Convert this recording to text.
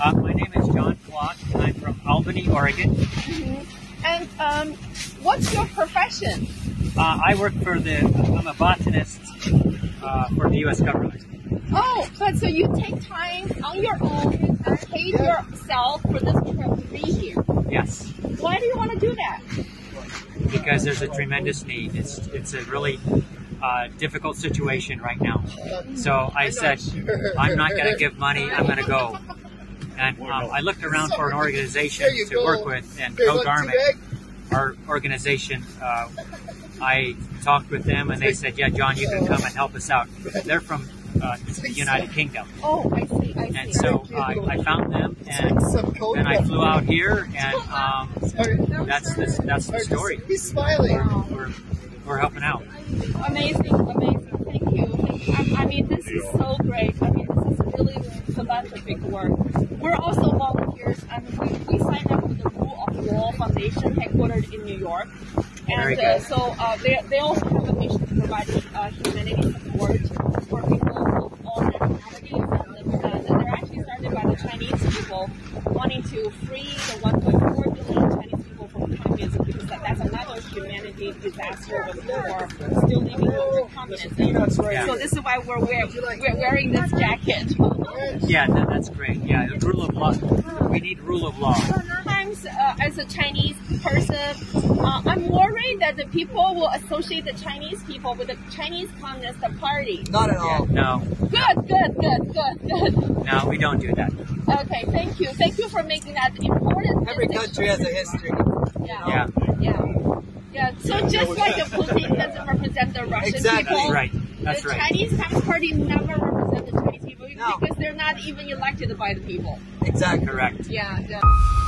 Uh, my name is John Clark. I'm from Albany, Oregon. And um, what's your profession? Uh, I work for the, I'm a botanist uh, for the U.S. government. Oh, but so you take time on your own and pay yourself for this trip to be here. Yes, Why do you want to do that? because there's a tremendous need. It's, it's a really uh, difficult situation right now. So I said, I'm not going to give money, I'm going to go. And um, I looked around for an organization There you to go. work with, and Good Co luck Garment, today. our organization, uh, I talked with them and they said, Yeah, John, you can come and help us out. They're from uh, the United Kingdom. Oh, I see, I see. And so I, I found them and Some cold then I one. flew out here and um, Sorry, sorry, that's the, that's the just story. He's smiling. Wow. We're, we're helping out. Amazing, amazing. Thank you. Um, I, I mean, this is so great. I mean, this is really philanthropic work. We're also volunteers. I mean, we, we signed up with the Rule of Law Foundation, headquartered in New York. Very And uh, good. so uh, they, they also have a mission to provide uh, humanity support for people of all nationalities. And, uh, and they're actually started by the Chinese people wanting to free the 1.4 billion Chinese people from communism because that, that's another humanity disaster when people are still living under communism. Yeah. So this is why we're, wear we're wearing this jacket. Yeah, that, that's great. Yeah, the rule of law. We need rule of law. Sometimes, uh, as a Chinese person, uh, I'm worried that the people will associate the Chinese people with the Chinese Communist Party. Not at Yeah, all. no, Good, good, good, good, good. no, we don't do that. Okay, thank you. Thank you for making that important. Every distinction. country has a history. Yeah. Yeah, Yeah. Yeah. So just like the Putin doesn't represent the Russian Exactly. people, that's right. That's the right. Chinese Communist Party never represent the Chinese people No. because they're not even elected by the people. Exactly. Correct. Yeah. yeah.